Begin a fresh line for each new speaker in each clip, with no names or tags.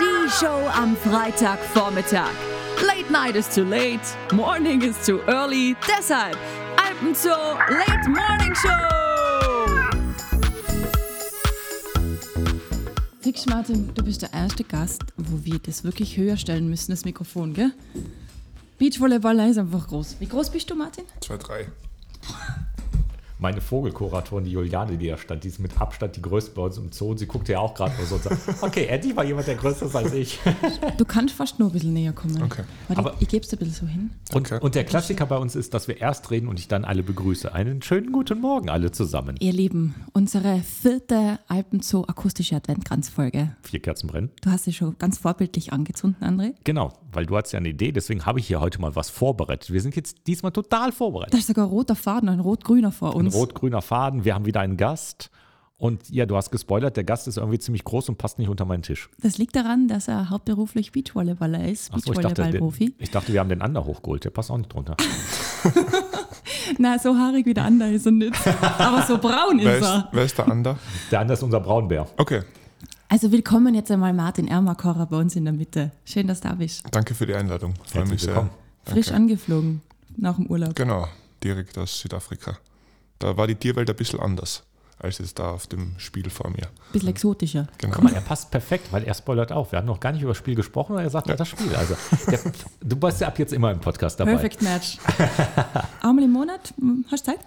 Die Show am Freitagvormittag. Late night is too late, morning is too early. Deshalb Alpen zur Late Morning Show.
Fix Martin, du bist der erste Gast, wo wir das wirklich höher stellen müssen, das Mikrofon, gell? Beachvolleyballer ist einfach groß. Wie groß bist du, Martin?
2-3.
meine Vogelkuratorin, die Juliane, die da stand, die ist mit Abstand die größte bei uns im Zoo. Und sie guckte ja auch gerade nur so und sagt, okay, Eddie war jemand, der größer ist als ich.
Du kannst fast nur ein bisschen näher kommen.
Okay.
Warte,
Aber-
ich geb's dir ein bisschen so hin.
Und,
Okay.
und der Klassiker bei uns ist, dass wir erst reden und ich dann alle begrüße. Einen schönen guten Morgen alle zusammen.
Ihr Lieben, unsere vierte Alpenzoo akustische Adventkranzfolge.
Vier Kerzen brennen.
Du hast sie schon ganz vorbildlich angezündet, André.
Genau, weil du hattest ja eine Idee, deswegen habe ich hier heute mal was vorbereitet. Wir sind jetzt diesmal total vorbereitet.
Da ist sogar ein roter Faden, ein rot-grüner vor
Ein
uns.
rot-grüner Faden, wir haben wieder einen Gast. Und ja, du hast gespoilert, der Gast ist irgendwie ziemlich groß und passt nicht unter meinen Tisch.
Das liegt daran, dass er hauptberuflich Beachvolleyballer ist,
Ach so, ich dachte, den,
Beachvolleyballprofi.
ich dachte, wir haben den Ander hochgeholt, der passt auch nicht drunter.
Na, so haarig wie der andere ist er nicht. Aber so braun
Wer
ist
ist,
er.
wer ist der Ander?
Der Ander ist unser Braunbär.
Okay,
Also willkommen jetzt einmal Martin Ermakorer bei uns in der Mitte. Schön, dass du da bist.
danke für die Einladung. Freue
Herzlich
mich sehr.
willkommen.
Frisch angeflogen nach dem Urlaub.
Genau, direkt aus Südafrika. Da war die Tierwelt ein bisschen anders als jetzt da auf dem Spiel vor mir.
Bisschen exotischer.
Genau.
Guck mal, er passt perfekt, weil er spoilert auch. Wir hatten noch gar nicht über das Spiel gesprochen und er sagt ja. das Spiel. Also, der, du bist ja ab jetzt immer im Podcast dabei.
Perfect Match. Einmal im Monat, Hm, hast du Zeit?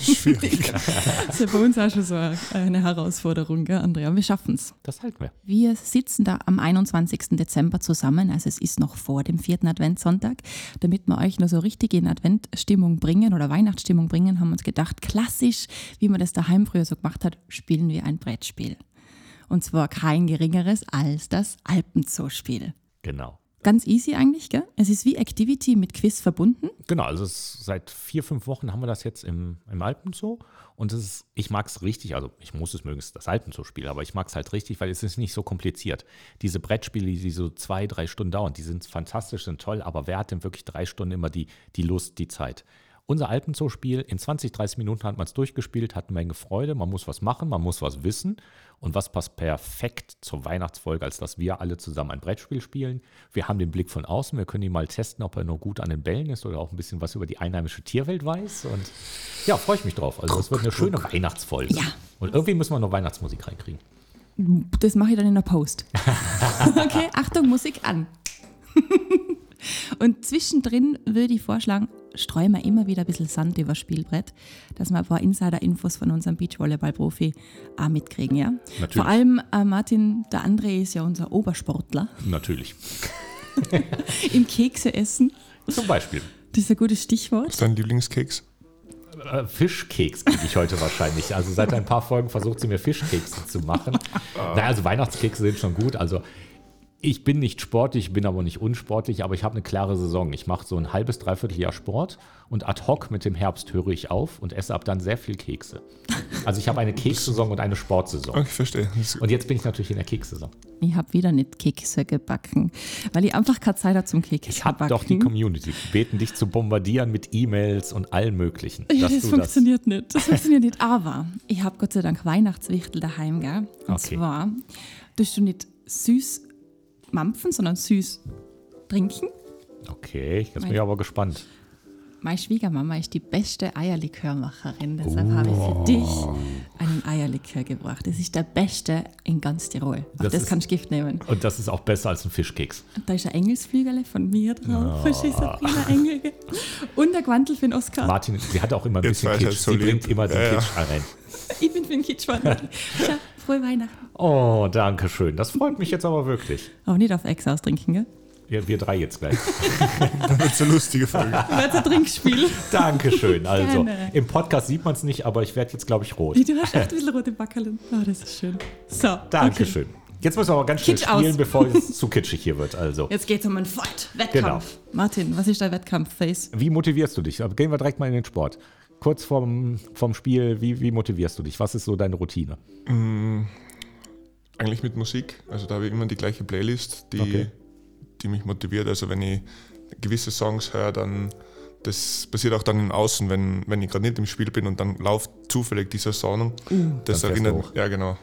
Schwierig.
Das ist ja bei uns auch schon so eine Herausforderung, gell, Andrea. Wir schaffen's.
Das halten wir.
Wir sitzen da am 21. Dezember zusammen, also es ist noch vor dem vierten Adventssonntag. Damit wir euch nur so richtig in Adventstimmung bringen oder Weihnachtsstimmung bringen, haben wir uns gedacht, klassisch, wie man das daheim früher so gemacht hat, spielen wir ein Brettspiel. Und zwar kein geringeres als das Alpenzoo-Spiel.
Genau.
Ganz easy eigentlich, gell? Es ist wie Activity mit Quiz verbunden.
Genau, also es, seit vier, fünf Wochen haben wir das jetzt im, im Alpenzoo. Und es ist, ich mag es richtig, also ich muss es mögen, es ist das Alpenzoo-Spiel, aber ich mag es halt richtig, weil es ist nicht so kompliziert. Diese Brettspiele, die so zwei, drei Stunden dauern, die sind fantastisch, sind toll, aber wer hat denn wirklich drei Stunden immer die, die Lust, die Zeit? Unser Alpenzoo-Spiel, in 20, 30 Minuten hat man es durchgespielt, hat eine Menge Freude, man muss was machen, man muss was wissen. Und was passt perfekt zur Weihnachtsfolge, als dass wir alle zusammen ein Brettspiel spielen? Wir haben den Blick von außen, wir können ihn mal testen, ob er nur gut an den Bällen ist oder auch ein bisschen was über die einheimische Tierwelt weiß. Und ja, freue ich mich drauf. Also, es wird eine schöne Weihnachtsfolge.
Ja.
Und irgendwie müssen wir noch Weihnachtsmusik reinkriegen.
Das mache ich dann in der Post. okay, Achtung, Musik an. Und zwischendrin würde ich vorschlagen, streuen wir immer wieder ein bisschen Sand übers Spielbrett, dass wir ein paar Insider-Infos von unserem Beachvolleyball-Profi auch mitkriegen. Ja?
Natürlich.
Vor allem äh, Martin, der André ist ja unser Obersportler
Natürlich.
im Kekse essen.
Zum Beispiel
Das ist ein gutes Stichwort.
Ist dein Lieblingskeks?
äh, Fischkeks gebe ich heute wahrscheinlich. Also seit ein paar Folgen versucht sie mir Fischkekse zu machen. Naja, also Weihnachtskekse sind schon gut. Also ich bin nicht sportlich, bin aber nicht unsportlich, aber ich habe eine klare Saison. Ich mache so ein halbes, dreiviertel Jahr Sport und ad hoc mit dem Herbst höre ich auf und esse ab dann sehr viel Kekse. Also ich habe eine Kekssaison und eine Sportsaison.
Okay, verstehe. Das ist
Und jetzt bin ich natürlich in der Kekssaison.
Ich habe wieder nicht Kekse gebacken, weil ich einfach keine Zeit habe zum Kekse
Ich habe doch die Community gebeten, dich zu bombardieren mit E-Mails und allem Möglichen.
Ja,
dass
das
du
funktioniert nicht. Das funktioniert nicht. Aber ich habe Gott sei Dank Weihnachtswichtel daheim, gell? Und
Okay.
zwar tust du nicht süß mampfen, sondern süß trinken.
Okay, jetzt bin ich aber gespannt.
Meine Schwiegermama ist die beste Eierlikörmacherin, deshalb habe ich für dich einen Eierlikör gebracht. Das ist der beste in ganz Tirol. Auf das,
Das ist-
kannst du Gift nehmen.
Und das ist auch besser als ein Fischkeks.
Da ist ein Engelsflügel von mir drauf. Verstehst du, Sabrina Engel? gell? Und der Quantel für den Oscar.
Martin, sie hat auch immer ein
Jetzt
bisschen
weiß er
Kitsch.
so
Sie
lieb.
bringt immer den
Ja, ja.
Kitsch rein.
Ich bin für den Kitschmann. Tja, frohe Weihnachten.
Oh, danke schön. Das freut mich jetzt aber wirklich.
Aber nicht auf Ex austrinken, gell?
Ja, wir drei jetzt gleich.
jetzt eine lustige Folge.
Wird ein Trinkspiel.
Dankeschön. Also,
Gerne.
im Podcast sieht man es nicht, aber ich werde jetzt, glaube ich, rot.
Du hast echt ein bisschen rote Backerlin. Oh, das ist schön. So.
Dankeschön. Jetzt müssen wir aber ganz schnell
Kitsch
spielen,
aus.
bevor es zu kitschig hier wird. Also,
Jetzt geht's um einen Fight. Wettkampf.
Genau.
Martin, was ist dein Wettkampf-Face?
wie motivierst du dich? Aber Gehen wir direkt mal in den Sport. Kurz vorm, vom Spiel, wie, wie motivierst du dich? Was ist so deine Routine?
Eigentlich mit Musik. Also da habe ich immer die gleiche Playlist, die,
Okay.
die mich motiviert. Also wenn ich gewisse Songs höre, dann das passiert auch dann im Außen, wenn, wenn ich gerade nicht im Spiel bin und dann läuft zufällig dieser Song. das
dann fährst du hoch.
erinnert. Ja, genau.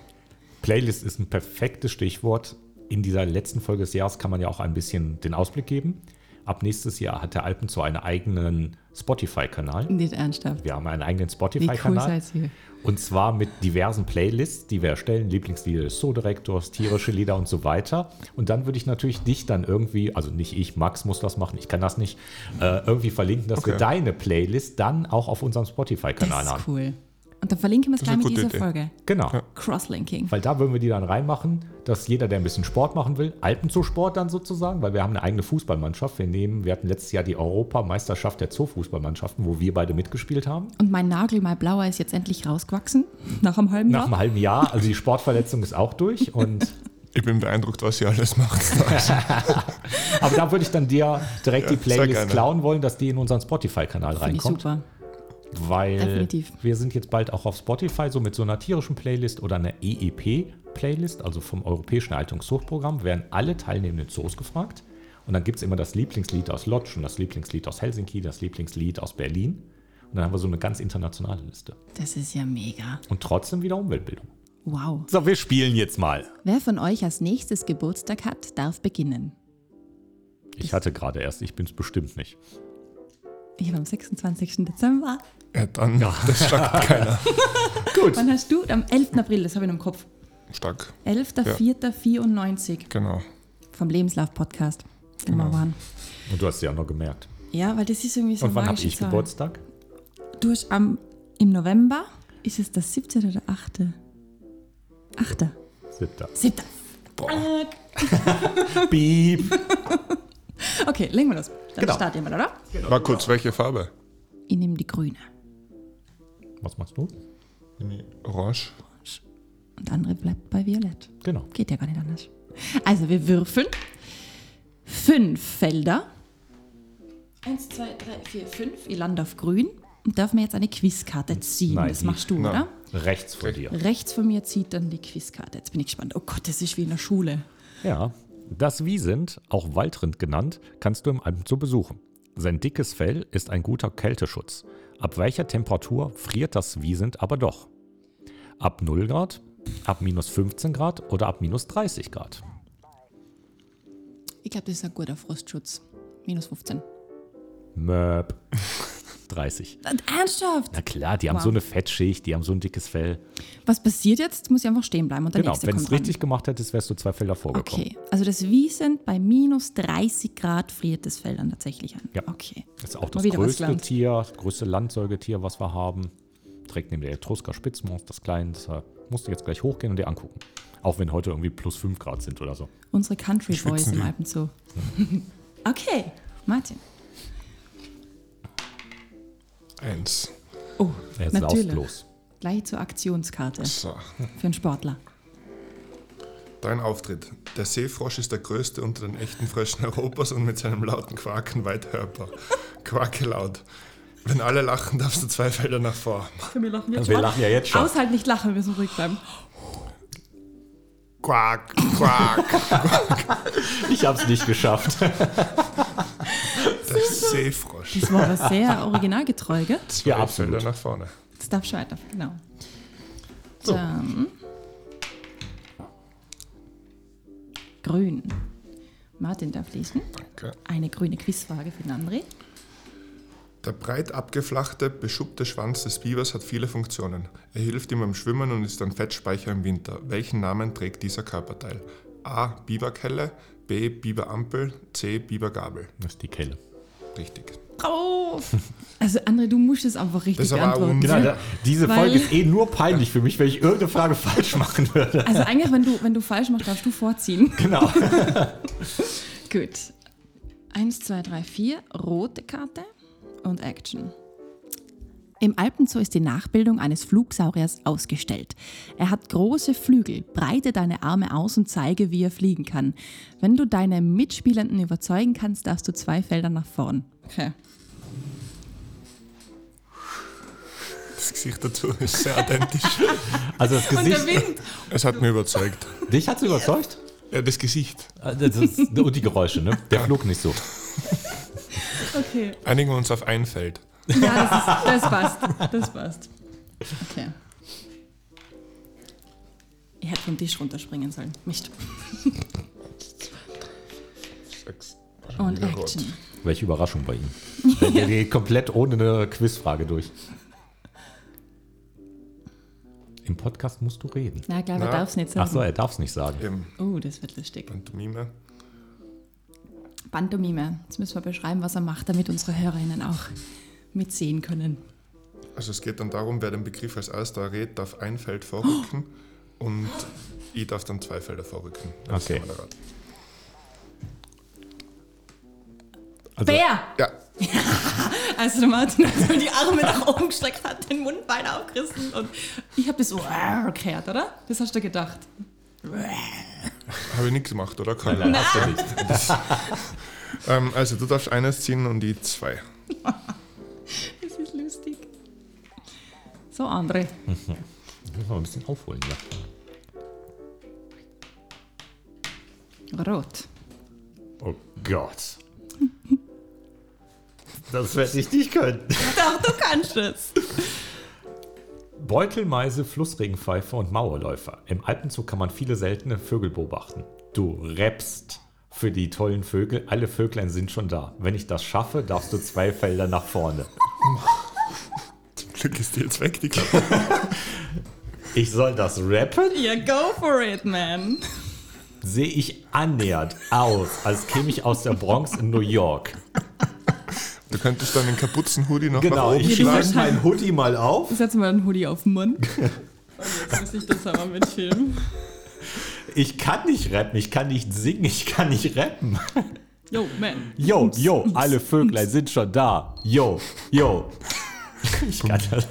Playlist ist ein perfektes Stichwort. In dieser letzten Folge des Jahres kann man ja auch ein bisschen den Ausblick geben. Ab nächstes Jahr hat der Alpen zu einen eigenen Spotify-Kanal.
Nicht ernsthaft.
Wir haben einen eigenen
Wie cool
Spotify-Kanal.
seid ihr?
Und zwar mit diversen Playlists, die wir erstellen, Lieblingslieder des Zoodirektors, tierische Lieder und so weiter. Und dann würde ich natürlich dich dann irgendwie, also nicht ich, Max muss das machen, ich kann das nicht, äh, irgendwie verlinken, dass wir
Okay.
deine Playlist dann auch auf unserem
Das
Spotify-Kanal haben.
ist cool. Und dann verlinken wir es
Das ist
gleich
eine
mit
gute
dieser
Idee.
Folge.
Genau.
Crosslinking.
Weil da würden wir die dann reinmachen, dass jeder, der ein bisschen Sport machen will, Alpenzusport dann sozusagen, weil wir haben eine eigene Fußballmannschaft. Wir nehmen, wir hatten letztes Jahr die Europameisterschaft der Zoofußballmannschaften, wo wir beide mitgespielt haben.
Und mein Nagel, mein blauer, ist jetzt endlich rausgewachsen. Nach einem halben
Nach
Jahr.
einem halben Jahr, also die Sportverletzung ist auch durch und
Ich bin beeindruckt, was ihr alles macht.
Aber da würde ich dann dir direkt die
Ja, sehr
Playlist
gerne.
klauen wollen, dass die in unseren Spotify-Kanal
Finde ich
reinkommt.
super.
Weil
Definitiv.
wir sind jetzt bald auch auf Spotify, so mit so einer tierischen Playlist oder einer E EEP-Playlist, also vom Europäischen Haltungszuchtprogramm, werden alle teilnehmenden Zoos gefragt. Und dann gibt es immer das Lieblingslied aus Lodz und das Lieblingslied aus Helsinki, das Lieblingslied aus Berlin. Und dann haben wir so eine ganz internationale Liste.
Das ist ja mega.
Und trotzdem wieder Umweltbildung.
Wow.
So, wir spielen jetzt mal.
Wer von euch als nächstes Geburtstag hat, darf beginnen.
Ich hatte gerade erst, ich bin es bestimmt nicht.
Ich habe am 26. Dezember.
ja, dann, das sagt keiner.
Gut.
Wann hast du? Am 11. April, das habe ich noch im Kopf.
Stark,
11.04.94
genau.
vom Lebenslauf-Podcast. Genau. Waren.
Und du hast es ja auch noch gemerkt.
Ja, weil das ist irgendwie so
Und wann habe
magische
ich
Zahl.
Geburtstag?
Du hast am, im November, ist es das 17. oder 8.? 8.
Siebter.
7.
Boah,
Piep.
Okay, legen wir los. Dann
Genau.
starten wir, oder?
war kurz, welche Farbe?
Ich nehme die grüne
Was machst du?
Hm. Orange.
und andere bleibt bei violett.
Genau.
Geht ja gar nicht anders. Also wir würfeln fünf Felder. Eins, zwei, drei, vier, fünf. Ich lande auf grün und darf mir jetzt eine Quizkarte ziehen.
Nein,
das
die-
machst du,
nein.
oder?
Rechts vor dir.
Rechts von mir zieht dann die Quizkarte. Jetzt bin ich gespannt. Oh Gott, das ist wie in der Schule.
Ja. Das Wiesent, auch Waldrind genannt, kannst du im Alpen zu besuchen. Sein dickes Fell ist ein guter Kälteschutz. Ab welcher Temperatur friert das Wiesent aber doch? Ab 0 Grad, ab minus 15 Grad oder ab minus 30 Grad?
Ich glaube, das ist ein guter Frostschutz. Minus 15.
Möb. 30.
Ernsthaft?
Na klar, die haben
Wow.
so eine Fettschicht, die haben so ein dickes Fell.
Was passiert jetzt? Muss ich einfach stehen bleiben und der
Genau,
nächste
wenn
kommt
es
ran.
richtig gemacht hättest, wärst du zwei Felder vorgekommen.
Okay, also das Wiesent bei minus 30 Grad friert das Feld dann tatsächlich an.
Ja.
Okay.
Das ist auch
Mal
das
wieder was
größte
gelernt.
Tier, das größte Landsäugetier, was wir haben. Direkt neben der Etrusker Spitzmaus, das kleine. Deshalb musst du jetzt gleich hochgehen und dir angucken. Auch wenn heute irgendwie plus 5 Grad sind oder so.
Unsere Country Boys
Schwitzen
im
die.
Alpenzoo. okay, Martin.
Eins.
Oh,
Er saust
natürlich.
los.
Gleich zur Aktionskarte
So.
für einen Sportler.
Dein Auftritt. Der Seefrosch ist der größte unter den echten Fröschen Europas und mit seinem lauten Quaken weit hörbar. Quake laut. Wenn alle lachen, darfst du zwei Felder nach vor.
Wir lachen jetzt
Wir lachen ja jetzt schon.
Aushalten, nicht lachen, wir müssen ruhig bleiben.
Quack, quack.
Ich hab's nicht geschafft.
Der Seefrosch.
Das war aber sehr originalgetreu, gell?
Zwei
Ja, absolut.
Felder nach vorne.
Jetzt darfst du weiter, genau. Dann. Grün. Martin darf lesen.
Danke.
Eine grüne Quizfrage für den André.
Der breit abgeflachte, beschuppte Schwanz des Bibers hat viele Funktionen. Er hilft ihm beim Schwimmen und ist ein Fettspeicher im Winter. Welchen Namen trägt dieser Körperteil? A. Biberkelle, B. Biberampel, C. Bibergabel.
Das ist die Kelle.
Richtig.
Drauf! Also André, du musst es einfach richtig
Das war
beantworten.
un-
Genau, da, diese
Weil-
Folge ist eh nur peinlich für mich, wenn ich irgendeine Frage falsch machen würde.
Also eigentlich, wenn du, wenn du falsch machst, darfst du vorziehen.
Genau.
Gut. Eins, zwei, drei, vier. Rote Karte und Action. Im Alpenzoo ist die Nachbildung eines Flugsauriers ausgestellt. Er hat große Flügel, breite deine Arme aus und zeige, wie er fliegen kann. Wenn du deine Mitspielenden überzeugen kannst, darfst du zwei Felder nach vorn. Okay.
Das Gesicht dazu ist sehr identisch.
Also das Gesicht.
Wind.
es hat mich überzeugt.
Dich hat's überzeugt?
Ja, das Gesicht.
Äh, Das ist, und die Geräusche, ne? Der flog nicht so.
Okay.
Einigen wir uns auf ein Feld.
Ja, das, ist, das passt. Das passt. Okay. Ich hätte vom Tisch runterspringen sollen. Mist.
Sechs.
Und
Wieder rot.
Action.
Welche Überraschung bei Ihnen. Der geht komplett ohne eine Quizfrage durch. Im Podcast musst du reden.
Na, klar, er
Na.
darf es nicht
Achso,
sagen.
er darf es nicht sagen.
Eben,
Oh, das wird lustig.
Pantomime.
Pantomime. Jetzt müssen wir beschreiben, was er macht, damit unsere HörerInnen auch mitsehen können.
Also es geht dann darum, wer den Begriff als erster rät, darf ein Feld vorrücken und ich darf dann zwei Felder vorrücken. Das ist
Okay.
mein Rat.
Also,
Bär!
Ja,
Also der Martin hat so die Arme nach oben gestreckt, hat den Mund weit aufgerissen und ich habe das so gehört, oder? Das hast du gedacht.
habe ich nichts gemacht, oder? Karl?
Nein, nein, hast du nicht.
Ähm, also du darfst eines ziehen und ich zwei.
Das ist lustig. So, André.
Muss man ein bisschen aufholen, ja.
Rot.
Oh Gott. Das werde ich nicht können.
Doch, du kannst es.
Beutelmeise, Flussregenpfeife und Mauerläufer. Im Alpenzug kann man viele seltene Vögel beobachten. Du rappst für die tollen Vögel. Alle Vöglein sind schon da. Wenn ich das schaffe, darfst du zwei Felder nach vorne.
Zum Glück ist die jetzt weg, die Klappe.
Ich soll das rappen?
Ja, go for it, man.
Sehe ich annähernd aus, als käme ich aus der Bronx in New York.
Du könntest dann den Kapuzenhoodie noch nach
Genau,
oben
ich
schlagen.
schlage meinen Hoodie mal auf.
Setz mal einen Hoodie auf den Mund. Und jetzt muss ich das aber mitfilmen.
Ich kann nicht rappen, ich kann nicht singen, ich kann nicht rappen.
Yo, man.
Yo, yo, alle Vöglein sind schon da. Yo, yo. Ich kann das.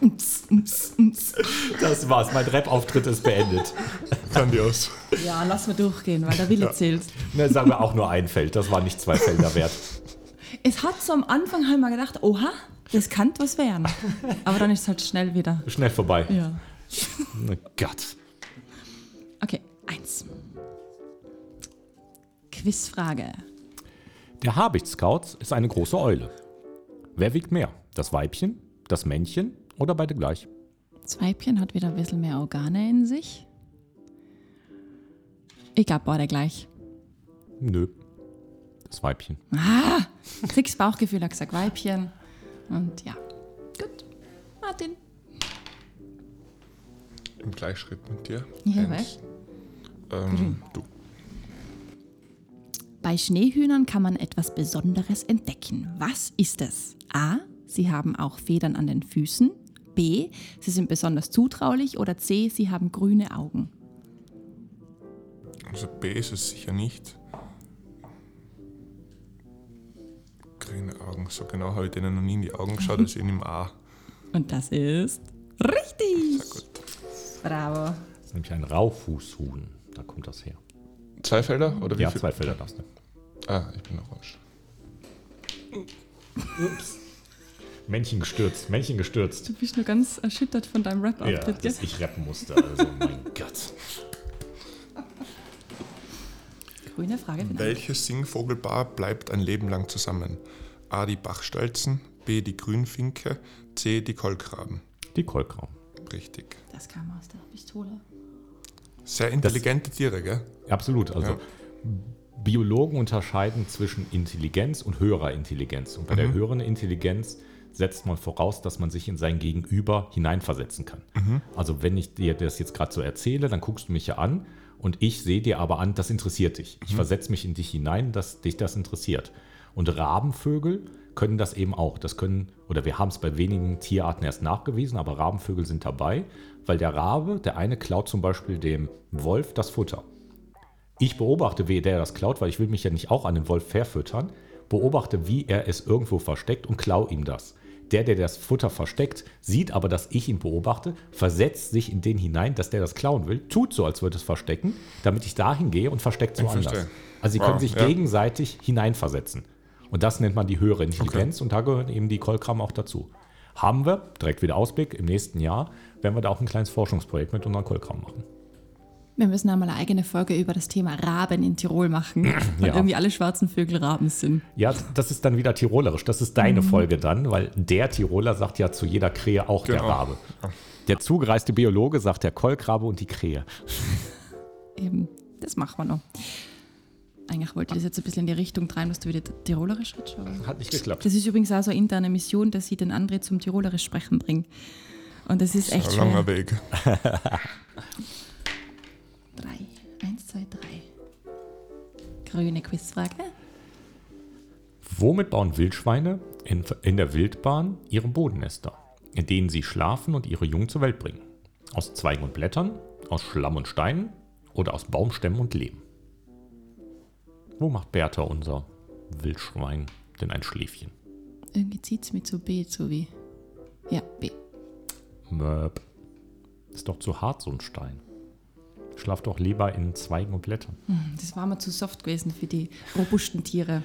Ups, ups, ups.
Das war's, mein Rap-Auftritt ist beendet.
Grandios.
Ja, lass mal durchgehen, weil der Wille zählt.
Na, Ne, sagen wir auch nur ein Feld, das war nicht zwei Felder wert.
Es hat so am Anfang halt mal gedacht, oha, das kann was werden. Aber dann ist es halt schnell wieder.
Schnell vorbei.
Ja.
Na Gott.
Okay, eins. Quizfrage.
Der Habicht-Scout ist eine große Eule. Wer wiegt mehr? Das Weibchen, das Männchen oder beide gleich?
Das Weibchen hat wieder ein bisschen mehr Organe in sich. Ich glaube, beide gleich.
Nö. Das Weibchen.
Ah, kriegst Bauchgefühl, hat gesagt Weibchen. Und ja, gut. Martin.
Im Gleichschritt mit dir.
Ja,
Eins. Ähm, du.
Bei Schneehühnern kann man etwas Besonderes entdecken. Was ist es? A. Sie haben auch Federn an den Füßen. B. Sie sind besonders zutraulich. Oder C. Sie haben grüne Augen.
Also B ist es sicher nicht. Grüne Augen. So genau habe ich denen noch nie in die Augen geschaut, als in dem A.
Und das ist richtig. Bravo.
Das ist nämlich ein Raufußhuhn. Da kommt das her.
Zwei Felder? Oder wie
Ja,
viel?
zwei Felder ne? darfst du.
Ah, ich bin orange.
Männchen gestürzt, Männchen gestürzt.
Du bist nur ganz erschüttert von deinem
Ja,
Rap-Auftritt. gell?
dass ich rappen musste. Also, mein Gott.
Grüne Frage. für den
Welches Singvogelpaar bleibt ein Leben lang zusammen? A. Die Bachstelzen, B. Die Grünfinke, C. Die Kolkraben.
Die Kolkraum.
Richtig.
anderen. Das kam aus der Pistole.
Sehr intelligente Tiere, gell?
Absolut. Also
Ja.
Biologen unterscheiden zwischen Intelligenz und höherer Intelligenz. Und bei der höheren Intelligenz setzt man voraus, dass man sich in sein Gegenüber hineinversetzen kann. Also wenn ich dir das jetzt gerade so erzähle, dann guckst du mich ja an und ich sehe dir aber an, das interessiert dich. Ich versetze mich in dich hinein, dass dich das interessiert. Und Rabenvögel können das eben auch. Das können, oder wir haben es bei wenigen Tierarten erst nachgewiesen, aber Rabenvögel sind dabei, weil der Rabe, der eine klaut zum Beispiel dem Wolf das Futter. Ich beobachte, wie der das klaut, weil ich will mich ja nicht auch an den Wolf verfüttern. Beobachte, wie er es irgendwo versteckt und klau ihm das. Der, der das Futter versteckt, sieht aber, dass ich ihn beobachte, versetzt sich in den hinein, dass der das klauen will, tut so, als würde es verstecken, damit ich dahin gehe und versteckt so
Ich
anders.
verstehe.
Also sie
Wow,
können sich
ja.
gegenseitig hineinversetzen. Und das nennt man die höhere Intelligenz und da gehören eben die Kolkraben auch dazu. Haben wir, direkt wieder Ausblick, im nächsten Jahr werden wir da auch ein kleines Forschungsprojekt mit unseren Kolkraben machen.
Wir müssen einmal eine eigene Folge über das Thema Raben in Tirol machen, weil
Ja.
irgendwie alle schwarzen Vögel Raben sind.
Ja, das ist dann wieder tirolerisch. Das ist deine Folge dann, weil der Tiroler sagt ja zu jeder Krähe auch der
Genau.
Rabe. Der zugereiste Biologe sagt der Kolkrabe und die Krähe.
Eben, das machen wir noch. Eigentlich wollte ich das jetzt ein bisschen in die Richtung treiben, dass du wieder tirolerisch redest. aber-
Hat nicht geklappt.
Das ist übrigens auch so eine interne Mission, dass ich den André zum tirolerisch sprechen bringe. Und das ist echt
Ein
schwer.
langer Weg.
Drei. Eins, zwei, drei. Grüne Quizfrage.
Womit bauen Wildschweine in, in der Wildbahn ihre Bodennester, in denen sie schlafen und ihre Jungen zur Welt bringen? Aus Zweigen und Blättern, aus Schlamm und Steinen oder aus Baumstämmen und Lehm? Wo macht Bertha unser Wildschwein denn ein Schläfchen?
Irgendwie zieht es mich zu B, zu wie. Ja, B.
Möp. Ist doch zu hart, so ein Stein. Schlaf doch lieber in Zweigen und Blättern.
Das war mir zu soft gewesen für die robusten Tiere,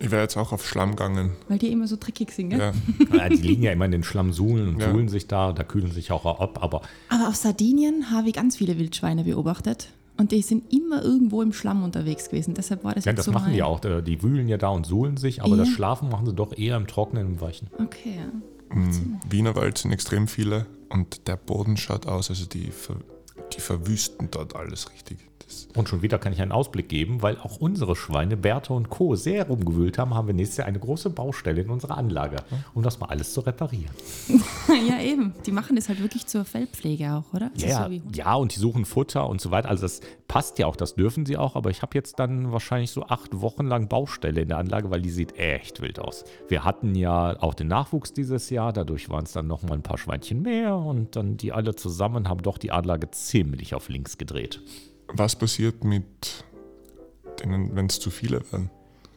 Ich wäre jetzt auch auf Schlamm gegangen.
weil die immer so dreckig sind, gell?
Ja.
Ja, die liegen ja immer in den Schlammsuhlen und
Ja.
suhlen sich da, da kühlen sich auch ab, aber
Aber auf Sardinien habe ich ganz viele Wildschweine beobachtet. Und die sind immer irgendwo im Schlamm unterwegs gewesen. Deshalb war das
Ja,
jetzt
das
so
machen die
mein-
auch. Äh, Die wühlen ja da und suhlen sich, aber das
Ja.
Schlafen machen sie doch eher im Trockenen, im Weichen.
Okay, ja.
Im Wienerwald sind extrem viele und der Boden schaut aus, also die, ver die verwüsten dort alles richtig. Das,
Und schon wieder kann ich einen Ausblick geben, weil auch unsere Schweine, Bertha und Co. sehr rumgewühlt haben, haben wir nächstes Jahr eine große Baustelle in unserer Anlage, um das mal alles zu reparieren.
ja, eben. Die machen das halt wirklich zur Fellpflege auch, oder? Das ist
Ja,
so wie Hunde.
ja, und die suchen Futter und so weiter. Also das passt ja auch, das dürfen sie auch, aber ich habe jetzt dann wahrscheinlich so acht Wochen lang Baustelle in der Anlage, weil die sieht echt wild aus. Wir hatten ja auch den Nachwuchs dieses Jahr, dadurch waren es dann nochmal ein paar Schweinchen mehr und dann die alle zusammen haben doch die Anlage ziemlich auf links gedreht.
was passiert mit denen, wenn es zu viele werden?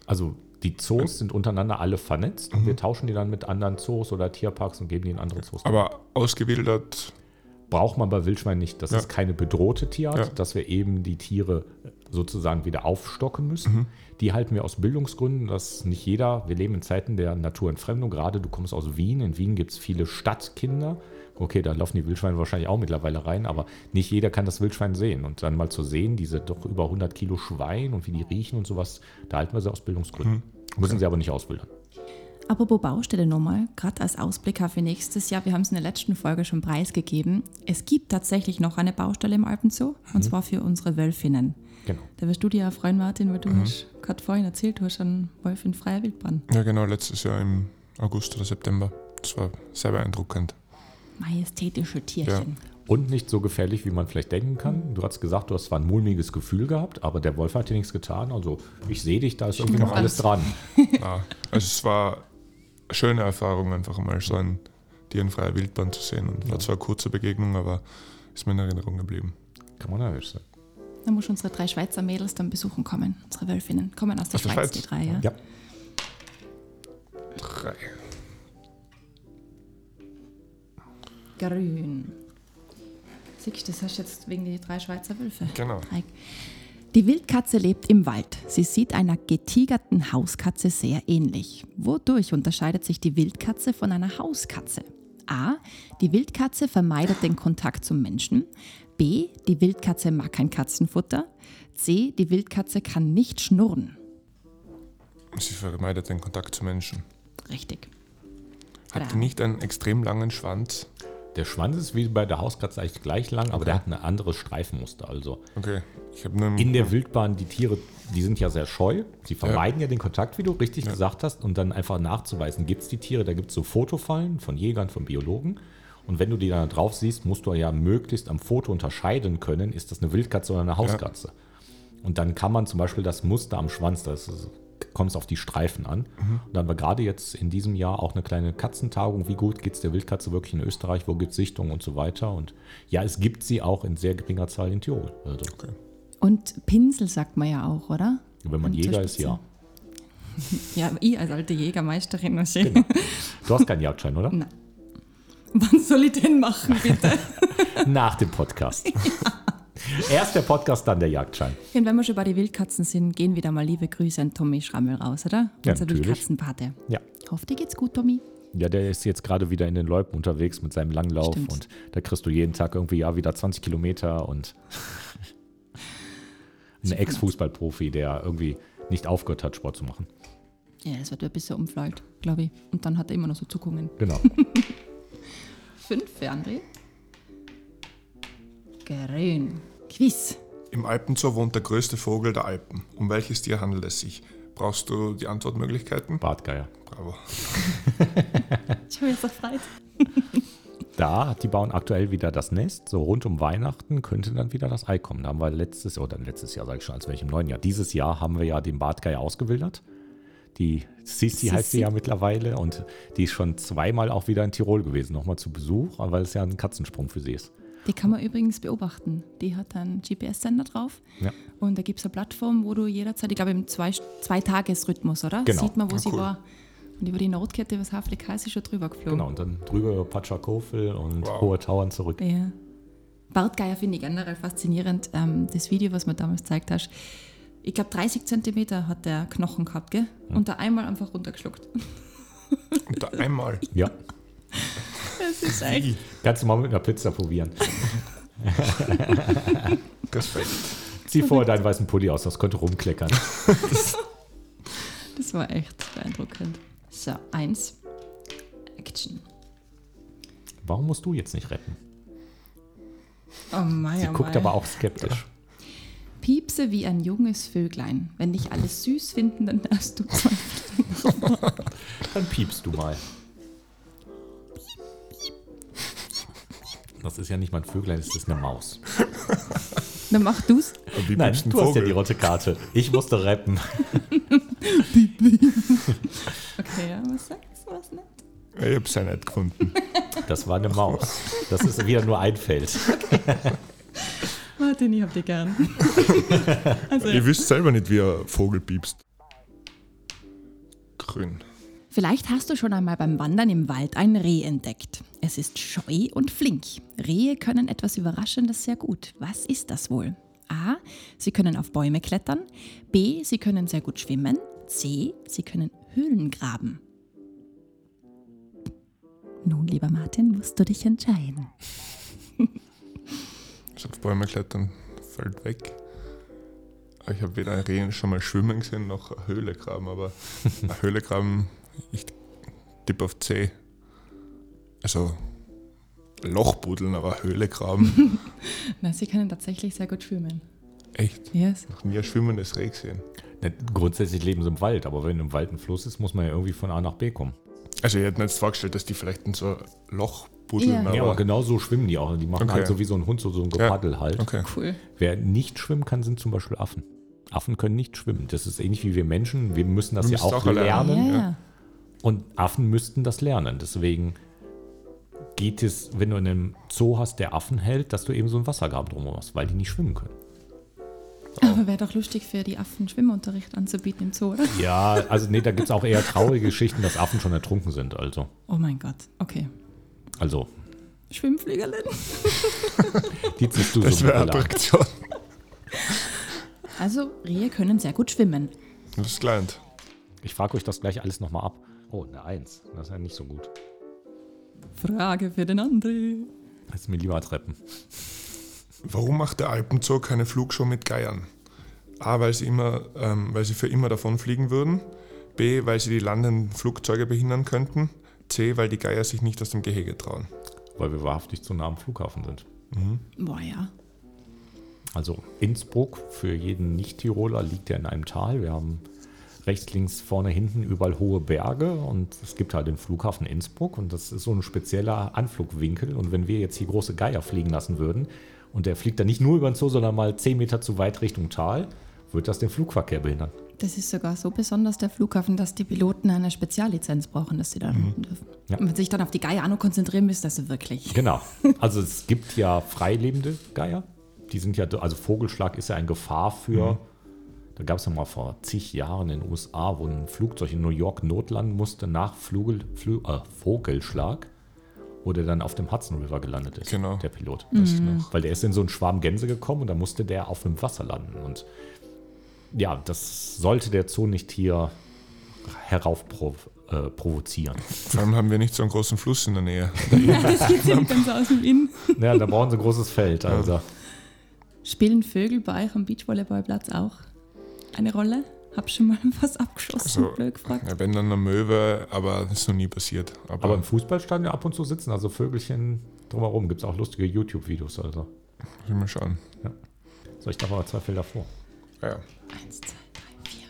Also die Zoos sind untereinander alle vernetzt und wir tauschen die dann mit anderen Zoos oder Tierparks und geben die in andere Zoos.
Aber ausgewildert,
braucht man bei Wildschwein nicht. Das
Ja.
ist keine bedrohte Tierart,
Ja.
dass wir eben die Tiere sozusagen wieder aufstocken müssen.
Mhm.
Die halten wir aus Bildungsgründen, dass nicht jeder, wir leben in Zeiten der Naturentfremdung, gerade du kommst aus Wien, in Wien gibt es viele Stadtkinder. Okay, da laufen die Wildschweine wahrscheinlich auch mittlerweile rein, aber nicht jeder kann das Wildschwein sehen. Und dann mal zu sehen, diese doch über 100 Kilo Schwein und wie die riechen und sowas, da halten wir sie aus Bildungsgründen.
Mhm.
Müssen sie aber nicht ausbildern.
Apropos Baustelle nochmal, gerade als Ausblick auf für nächstes Jahr, wir haben es in der letzten Folge schon preisgegeben. Es gibt tatsächlich noch eine Baustelle im Alpenzoo und zwar für unsere Wölfinnen.
Genau.
Da wirst du dir ja freuen, Martin, weil du hast gerade vorhin erzählt, du hast einen Wolf in freier Wildbahn.
ja genau, letztes Jahr im August oder September. Das war sehr beeindruckend.
Majestätische Tierchen.
Und nicht so gefährlich, wie man vielleicht denken kann. Du hast gesagt, du hast zwar ein mulmiges Gefühl gehabt, aber der Wolf hat dir nichts getan. Also ich sehe dich, da ist irgendwie noch alles dran.
Ja. Also es war eine schöne Erfahrung, einfach mal so ein Tier in freier Wildbahn zu sehen. Und war zwar eine kurze Begegnung, aber ist mir in Erinnerung geblieben.
Kann man nervös sein.
Da muss unsere drei Schweizer Mädels dann besuchen kommen, unsere Wölfinnen. Kommen aus der
Aus der
Schweiz,
Schweiz?
die drei, ja.
Ja.
Drei.
Grün. Siehst du, das hast du jetzt wegen die drei Schweizer Wölfe.
Genau.
Dreieck. Die Wildkatze lebt im Wald. Sie sieht einer getigerten Hauskatze sehr ähnlich. Wodurch unterscheidet sich die Wildkatze von einer Hauskatze? A. Die Wildkatze vermeidet den Kontakt zum Menschen. B. Die Wildkatze mag kein Katzenfutter. C. Die Wildkatze kann nicht schnurren.
Sie vermeidet den Kontakt zu Menschen.
Richtig.
Hat
Drei.
die nicht einen extrem langen Schwanz?
Der Schwanz ist wie bei der Hauskatze eigentlich gleich lang, aber der hat ein anderes Streifenmuster. Also
Okay. Ich habe nur im-
in der Wildbahn, die Tiere, die sind ja sehr scheu. Sie vermeiden ja, den Kontakt, wie du richtig gesagt hast. Und dann einfach nachzuweisen, gibt es die Tiere, da gibt es so Fotofallen von Jägern, von Biologen. Und wenn du die dann drauf siehst, musst du ja möglichst am Foto unterscheiden können, ist das eine Wildkatze oder eine Hauskatze. Und dann kann man zum Beispiel das Muster am Schwanz, das ist- kommt es auf die Streifen an. Und dann war gerade jetzt in diesem Jahr auch eine kleine Katzentagung. Wie gut geht es der Wildkatze wirklich in Österreich? Wo gibt es Sichtungen und so weiter? Und ja, es gibt sie auch in sehr geringer Zahl in Tirol. Also,
Und Pinsel sagt man ja auch, oder?
Wenn man
Und
Jäger
zur
ist,
Spitze.
ja.
Ja, ich als alte Jägermeisterin.
Genau. Du hast keinen Jagdschein, oder?
Nein. Wann soll ich denn machen, bitte?
Nach dem Podcast. Erst der Podcast, dann der Jagdschein.
Und wenn wir schon bei den Wildkatzen sind, gehen wieder mal liebe Grüße an Tommy Schrammel raus, oder?
Ja,
Unser
natürlich.
Wildkatzenpate.
Ja.
Hofft dir geht's gut, Tommy.
Ja, der ist jetzt gerade wieder in den Läupen unterwegs mit seinem Langlauf
Stimmt.
und da kriegst du jeden Tag irgendwie ja wieder 20 Kilometer und ein Ex-Fußballprofi, der irgendwie nicht aufgehört hat, Sport zu machen.
Ja, das wird ein bisschen umflaut, glaube ich. Und dann hat er immer noch so Zuckungen.
Genau.
Fünf, für André. Grün. Quiz.
Im Alpenzoo wohnt der größte Vogel der Alpen. Um welches Tier handelt es sich? Brauchst du die Antwortmöglichkeiten?
Bartgeier.
Bravo.
Ich bin jetzt erfreut.
Da, die bauen aktuell wieder das Nest. So rund um Weihnachten könnte dann wieder das Ei kommen. Da haben wir letztes, oder letztes Jahr sage ich schon, als welchem neuen Jahr. Dieses Jahr haben wir ja den Bartgeier ausgewildert. Die Sissi heißt sie ja mittlerweile und die ist schon zweimal auch wieder in Tirol gewesen, nochmal zu Besuch, weil es ja ein Katzensprung für sie ist.
Die kann man übrigens beobachten. Die hat einen GPS-Sender drauf.
Ja.
Und da gibt es eine Plattform, wo du jederzeit, ich glaube im Zwei- Zwei-Tages-Rhythmus, oder?
Genau.
Sieht man, wo
Ah,
sie
cool.
war. Und über die Notkette, was HFDK ist, ist schon drüber geflogen.
Genau, und dann drüber über Patschakofel und
Wow.
Hohe Tauern zurück.
Ja. Bartgeier finde ich generell faszinierend. Ähm, das Video, was mir damals gezeigt hast, ich glaube 30 Zentimeter hat der Knochen gehabt, gell? Und da einmal einfach runtergeschluckt.
Und da einmal.
Ja,
Das ist echt.
kannst du mal mit einer Pizza probieren.
Respekt.
Zieh vorher deinen weißen Pulli aus, das könnte rumkleckern.
Das war echt beeindruckend. So, eins. Action.
Warum musst du jetzt nicht retten?
Oh mein
Sie guckt aber auch skeptisch.
Piepse wie ein junges Vöglein. Wenn dich alles süß finden, dann darfst du
Dann piepst du mal. Das ist ja nicht mal ein Vöglein, das ist eine Maus.
Dann mach du's.
Und wie
Nein,
piepst ein
du hast ja
Vogel?
die rote Karte. Ich musste rappen.
Okay, ja, was sagst du, was nicht?
Ich hab's ja nicht gefunden.
Das war eine Maus. Das ist wieder nur ein Feld.
Martin, ich hab dich gern. also,
Ihr wisst selber nicht, wie ein Vogel piepst. Grün.
Vielleicht hast du schon einmal beim Wandern im Wald ein Reh entdeckt. Es ist scheu und flink. Rehe können etwas Überraschendes sehr gut. Was ist das wohl? A. Sie können auf Bäume klettern. B. Sie können sehr gut schwimmen. C. Sie können Höhlen graben. Nun, lieber Martin, musst du dich entscheiden.
Ich auf Bäume klettern, fällt weg. Aber Ich habe weder ein Rehen schon mal schwimmen gesehen, noch eine Höhle graben, aber eine Höhle graben, ich tippe auf C. Also Loch buddeln, aber eine Höhle graben.
Na, sie können tatsächlich sehr gut schwimmen.
Echt,
Yes.
noch nie ein schwimmendes Reh gesehen.
Ne, Grundsätzlich leben sie im Wald, aber wenn im Wald ein Fluss ist, muss man ja irgendwie von A nach B kommen.
Also ich hätte mir jetzt vorgestellt, dass die vielleicht in so ein Loch buddeln,
Ja.
Ja, aber
aber
genau so schwimmen die auch. Die machen
Okay.
halt so wie so ein Hund, so, so ein Gepaddel halt.
okay.
Cool.
Wer nicht schwimmen kann, sind zum Beispiel Affen. Affen können nicht schwimmen. Das ist ähnlich wie wir Menschen. Wir müssen das
Wir
ja
müssen
auch
auch
lernen.
lernen.
Ja,
ja.
ja.
Und Affen müssten das lernen. Deswegen geht es, wenn du in einem Zoo hast, der Affen hält, dass du eben so einen Wassergraben drumherum hast, weil die nicht schwimmen können.
Aber wäre doch lustig für die Affen Schwimmunterricht anzubieten im Zoo, oder?
Ja, also nee, da gibt es auch eher traurige Geschichten, dass Affen schon ertrunken sind. Also,
Oh mein Gott. Okay.
also
Schwimmfliegerin.
die ziehst du
Das
so
wäre
mit Brille an.
Attraktion.
Also, Rehe können sehr gut schwimmen.
Das ist gelernt.
Ich frage euch das gleich alles nochmal ab. Oh, eine Eins. Das ist ja nicht so gut.
Frage für den André.
Das ist mir lieber Treppen.
Warum macht der Alpenzoo keine Flugshow mit Geiern? A, weil sie, immer, ähm, weil sie für immer davon fliegen würden. B, weil sie die landenden Flugzeuge behindern könnten. C, weil die Geier sich nicht aus dem Gehege trauen.
Weil wir wahrhaftig zu nah am Flughafen sind.
Boah, ja.
Also Innsbruck, für jeden Nicht-Tiroler, liegt ja in einem Tal. Wir haben rechts, links, vorne, hinten überall hohe Berge und es gibt halt den Flughafen Innsbruck und das ist so ein spezieller Anflugwinkel. Und wenn wir jetzt hier große Geier fliegen lassen würden und der fliegt dann nicht nur über den Zoo, sondern mal 10 Meter zu weit Richtung Tal, wird das den Flugverkehr behindern.
Das ist sogar so besonders der Flughafen, dass die Piloten eine Speziallizenz brauchen, dass sie da landen dürfen.
Ja.
Und wenn sie sich dann auf die Geier nur konzentrieren müssen, dass sie wirklich.
Genau. Also es gibt ja freilebende Geier. Die sind ja, also Vogelschlag ist ja eine Gefahr für. Da gab es ja mal vor zig Jahren in den USA, wo ein Flugzeug in New York notlanden musste nach Flugel, Flü, äh, Vogelschlag, wo der dann auf dem Hudson River gelandet ist,
Genau.
der Pilot. Weil der ist in so einen Schwarm Gänse gekommen und da musste der auf dem Wasser landen. Und ja, das sollte der Zoo nicht hier heraufprov äh, provozieren.
Vor allem haben wir nicht so einen großen Fluss in der Nähe.
Das geht ja nicht ganz aus dem Innen.
Ja, da brauchen sie ein großes Feld. Also.
Spielen Vögel bei euch am Beachvolleyballplatz auch eine Rolle? Hab schon mal was abgeschossen,
Also,
blöd gefragt.
ja, wenn dann eine Möwe, aber das ist noch nie passiert. Aber,
Aber im Fußballstadion ab und zu sitzen, also Vögelchen drumherum. Gibt es auch lustige YouTube-Videos. Also.
muss ich mal schauen.
So, ich darf aber zwei Felder vor.
Ja, ja.
Eins, zwei, drei, vier.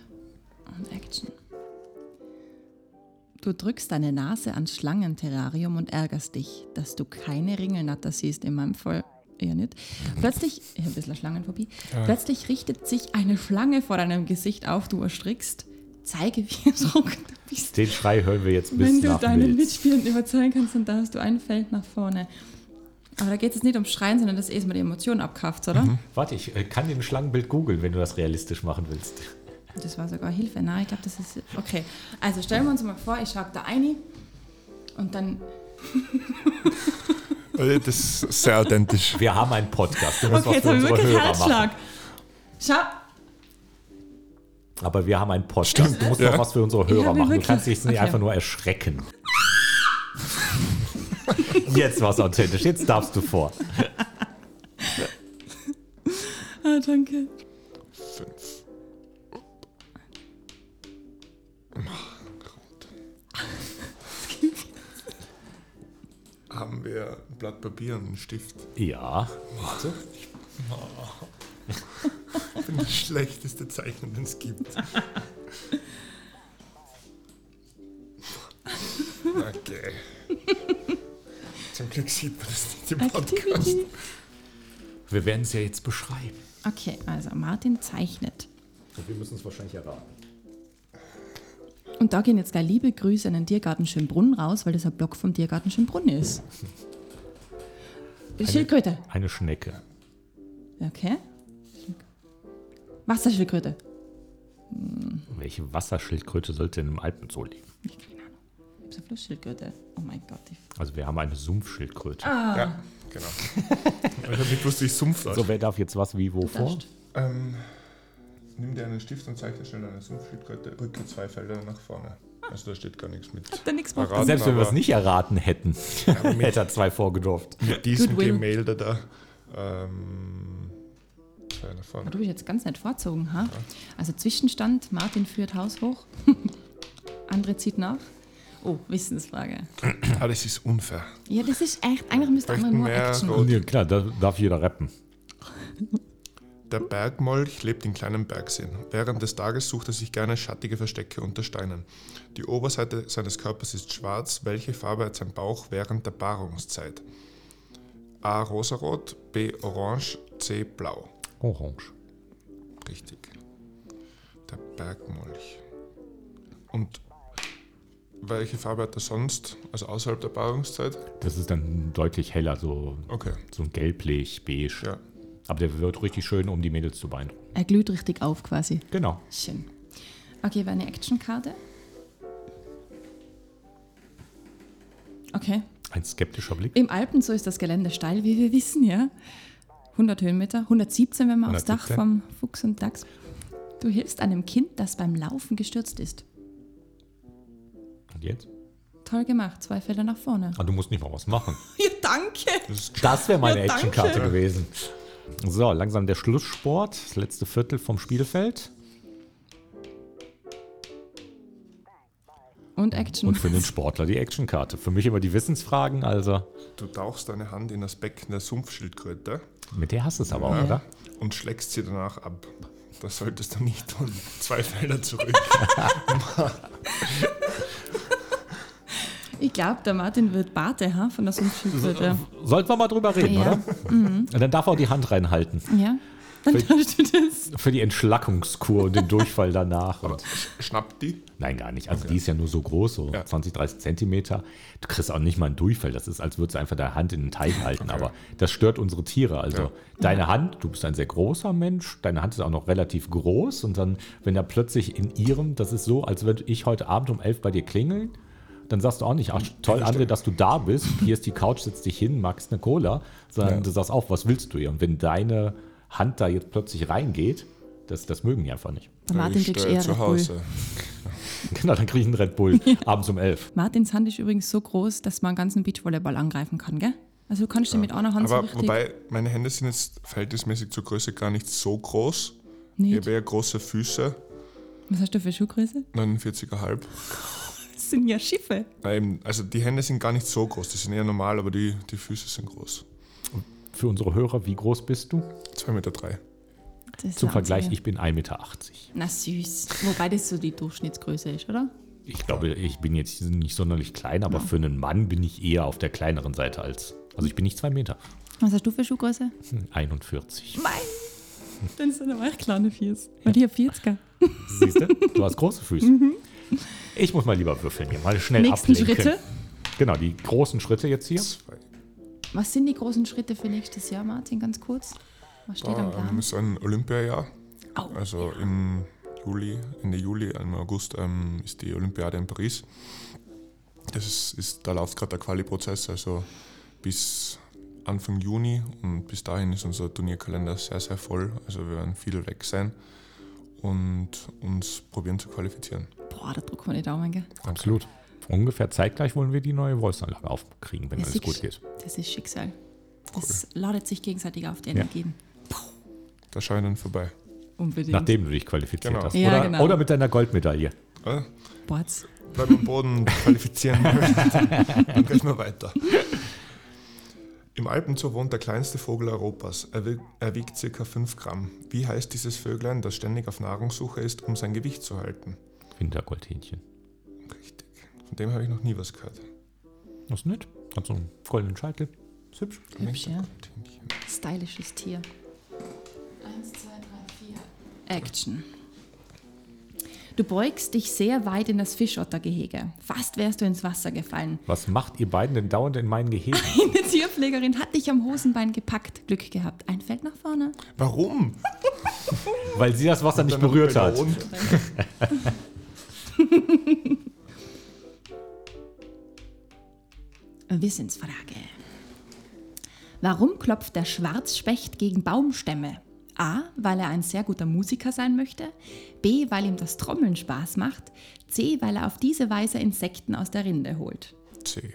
Und Action. Du drückst deine Nase ans Schlangenterrarium und ärgerst dich, dass du keine Ringelnatter siehst, in meinem Fall eher nicht. Plötzlich, ich habe ein bisschen Schlangenphobie, plötzlich richtet sich eine Schlange vor deinem Gesicht auf, du erschrickst. Zeige, wie erschrocken du bist.
Den Schrei hören wir jetzt bis
Wenn du
nach
deine
Milz.
Mitspielenden überzeugen kannst, dann darfst du ein Feld nach vorne. Aber da geht es jetzt nicht um Schreien, sondern dass ihr erstmal die Emotionen abkauft, oder?
Warte, ich äh, kann den Schlangenbild googeln, wenn du das realistisch machen willst.
Das war sogar Hilfe. Nein, ich glaube, das ist. Okay. Also stellen wir uns mal vor, ich schaue da ein und dann.
Also, Das ist sehr authentisch.
Wir haben einen Podcast. Wir
Okay,
müssen was
jetzt
für
habe ich
unsere
wirklich
Hörer
Herzschlag. Schau,
machen. Aber wir haben einen Podcast. Du musst
Ja.
noch was für unsere
hab
Hörer
mir
machen. Du
wirklich-
kannst dich jetzt nicht
Okay.
einfach nur erschrecken. jetzt war's authentisch. Jetzt darfst du vor.
ah, danke.
Fünf. Haben wir ein Blatt Papier und einen Stift?
Ja.
Ich bin das schlechteste Zeichnen, den es gibt. Okay. Zum Glück sieht man das nicht im Podcast.
Activity.
Wir werden es ja jetzt beschreiben.
Okay, also Martin zeichnet.
Und wir müssen es wahrscheinlich erraten.
Und da gehen jetzt gleich liebe Grüße an den Tiergarten Schönbrunn raus, weil das ein Block vom Tiergarten Schönbrunn ist. Schildkröte.
Eine Schnecke.
Okay. Wasserschildkröte.
Welche Wasserschildkröte sollte denn im Alpenzoo leben?
Ich keine Ahnung. Ich habe so Flussschildkröte. Oh mein Gott. Ich
Also wir haben eine Sumpfschildkröte.
Ah.
Ja, genau. Weil ich hab nicht wusste, ich Sumpf aus.
So, wer darf jetzt was wie wo vor?
Wurscht.
Ähm, nimm dir einen Stift und zeichne schnell eine Sumpfschildkröte. Rücke zwei Felder nach vorne. Also da steht gar nichts mit.
da nichts gemacht.
Verraten,
Selbst wenn wir es
aber
nicht erraten hätten, hätte er zwei vorgedurft.
Mit diesem
Goodwill.
Gemälde da. Ähm, zwei nach vorne.
Du bist jetzt ganz nett vorzogen, ha? Also Zwischenstand, Martin führt Haus hoch, André zieht nach. Oh, Wissensfrage.
Ah, das ist unfair.
Ja, das ist echt, eigentlich müsste
Vielleicht
andere nur
mehr
Action
Rot.
machen.
Ja, klar, da darf jeder rappen.
Der Bergmolch lebt in kleinen Bergseen. Während des Tages sucht er sich gerne schattige Verstecke unter Steinen. Die Oberseite seines Körpers ist schwarz. Welche Farbe hat sein Bauch während der Paarungszeit? A. Rosarot, B. Orange, C. Blau.
Orange.
Richtig. Der Bergmolch. Und welche Farbe hat er sonst? Also außerhalb der Paarungszeit?
Das ist dann deutlich heller, so,
Okay,
so ein gelblich, beige.
ja.
Aber der wird richtig schön, um die Mädels zu beeindrucken.
Er glüht richtig auf quasi.
Genau.
Schön. Okay, war eine Actionkarte. Okay.
Ein skeptischer Blick.
Im Alpenzoo ist das Gelände steil, wie wir wissen, ja. 100 Höhenmeter, 117, wenn man aufs Dach
117.
vom Fuchs und Dachs. Du hilfst einem Kind, das beim Laufen gestürzt ist.
Und jetzt?
Toll gemacht, zwei Felder nach vorne.
Ah, du musst nicht mal was machen.
Ja, danke.
Das wäre meine
Ja, danke.
Actionkarte gewesen. So, langsam der Schlusssport. Das letzte Viertel vom Spielfeld.
Und Action.
Und für den Sportler die Actionkarte. Für mich immer die Wissensfragen, also.
Du tauchst deine Hand in das Becken der Sumpfschildkröte
Mit der hast du es aber auch, oder?
und schlägst sie danach ab. Das solltest du nicht tun. Zwei Felder zurück.
ich glaube, der Martin wird Bate ha, von der Sumpfschildkröte.
Sollten wir mal drüber reden,
Ja.
oder? Und dann darf er auch die Hand reinhalten.
ja, dann darfst du das.
Für die Entschlackungskur und den Durchfall danach. Und
Schnappt die.
Nein, gar nicht. Also die ist ja nur so groß, so
Ja.
20, 30 Zentimeter. Du kriegst auch nicht mal einen Durchfall. Das ist, als würdest du einfach deine Hand in den Teig halten. Aber das stört unsere Tiere. Also
Ja.
deine Hand, du bist ein sehr großer Mensch, deine Hand ist auch noch relativ groß. Und dann, wenn da plötzlich in ihrem, das ist so, als würde ich heute Abend um elf bei dir klingeln, dann sagst du auch nicht, ach toll, André, dass du da bist. Hier ist die Couch, setz dich hin, magst eine Cola. Sondern
Ja.
du sagst auch, was willst du hier? Und wenn deine Hand da jetzt plötzlich reingeht, das, das mögen die einfach nicht.
Der Martin kriegst
stehe
eher Red
zu
Bull.
Hause.
Genau, dann kriege ich einen Red Bull abends um elf.
Martins Hand ist übrigens so groß, dass man einen ganzen Beachvolleyball angreifen kann, gell? Also du kannst ja. mit einer Hand so
Aber
richtig...
wobei, meine Hände sind jetzt verhältnismäßig zur Größe gar nicht so groß. Ich
nicht.
habe eher große Füße,
Was hast du für Schuhgröße?
49,5.
Das sind ja Schiffe.
Nein, also die Hände sind gar nicht so groß, die sind eher normal, aber die, die Füße sind groß.
Für unsere Hörer, wie groß bist du?
2,3 Meter. Drei.
Das ist
Zum
der
Vergleich,
Wahnsinn.
ich bin 1,80 Meter.
Na süß. Wobei das so die Durchschnittsgröße ist, oder?
Ich glaube, ich bin jetzt nicht sonderlich klein, aber für einen Mann bin ich eher auf der kleineren Seite als. Also ich bin nicht 2 Meter. Hm,
Was hast du für Schuhgröße?
41.
Mein! Dann sind aber echt kleine Fies. Weil ich habe 40er.
Siehst du? Du hast große Füße. Ich muss mal lieber würfeln hier, mal schnell
Mhm. Nächsten
ablenken.
Schritte.
Genau, die großen Schritte jetzt hier.
Zwei.
Was sind die großen Schritte für nächstes Jahr, Martin, ganz kurz? Was steht am
Ah, ähm,
Plan?
ist ein Olympiajahr.
Au.
Also im Juli, Ende Juli, im August ähm, ist die Olympiade in Paris. Das ist, ist da läuft gerade der Quali-Prozess, also bis Anfang Juni und bis dahin ist unser Turnierkalender sehr, sehr voll. Also wir werden viel weg sein und uns probieren zu qualifizieren.
Boah, da drückt man die Daumen, gell?
Absolut. Ungefähr zeitgleich wollen wir die neue Voice-Anlage aufkriegen, wenn
Das
alles
ist-
gut geht.
Das ist Schicksal. Das ladet sich gegenseitig auf die Energien.
Da schaue ich dann vorbei.
Unbedingt.
Nachdem du dich qualifiziert
Genau.
hast.
Ja,
oder,
genau.
oder mit deiner Goldmedaille.
Äh,
Boards.
Bleib am Boden, qualifizieren. dann geht's mal weiter. Im Alpenzoo wohnt der kleinste Vogel Europas. Er, wiegt- er wiegt ca. 5 Gramm. Wie heißt dieses Vöglein, das ständig auf Nahrungssuche ist, um sein Gewicht zu halten?
Wintergoldhähnchen.
Richtig. Von dem habe ich noch nie was gehört.
Das ist nett. Hat so einen goldenen Scheitel. Ist hübsch.
Hübsch, ja.
Tinchen.
Stylisches Tier. Eins, zwei, drei, vier. Action. Du beugst dich sehr weit in das Fischottergehege. Fast wärst du ins Wasser gefallen.
Was macht ihr beiden denn dauernd in meinen Gehegen?
Eine Tierpflegerin hat dich am Hosenbein gepackt. Glück gehabt. Ein Feld nach vorne.
Warum?
Weil sie das Wasser nicht
Dann noch
berührt halt. hat.
belohnt.
Wissensfrage. Warum klopft der Schwarzspecht gegen Baumstämme? A, weil er ein sehr guter Musiker sein möchte, B, weil ihm das Trommeln Spaß macht, C, weil er auf diese Weise Insekten aus der Rinde holt.
C.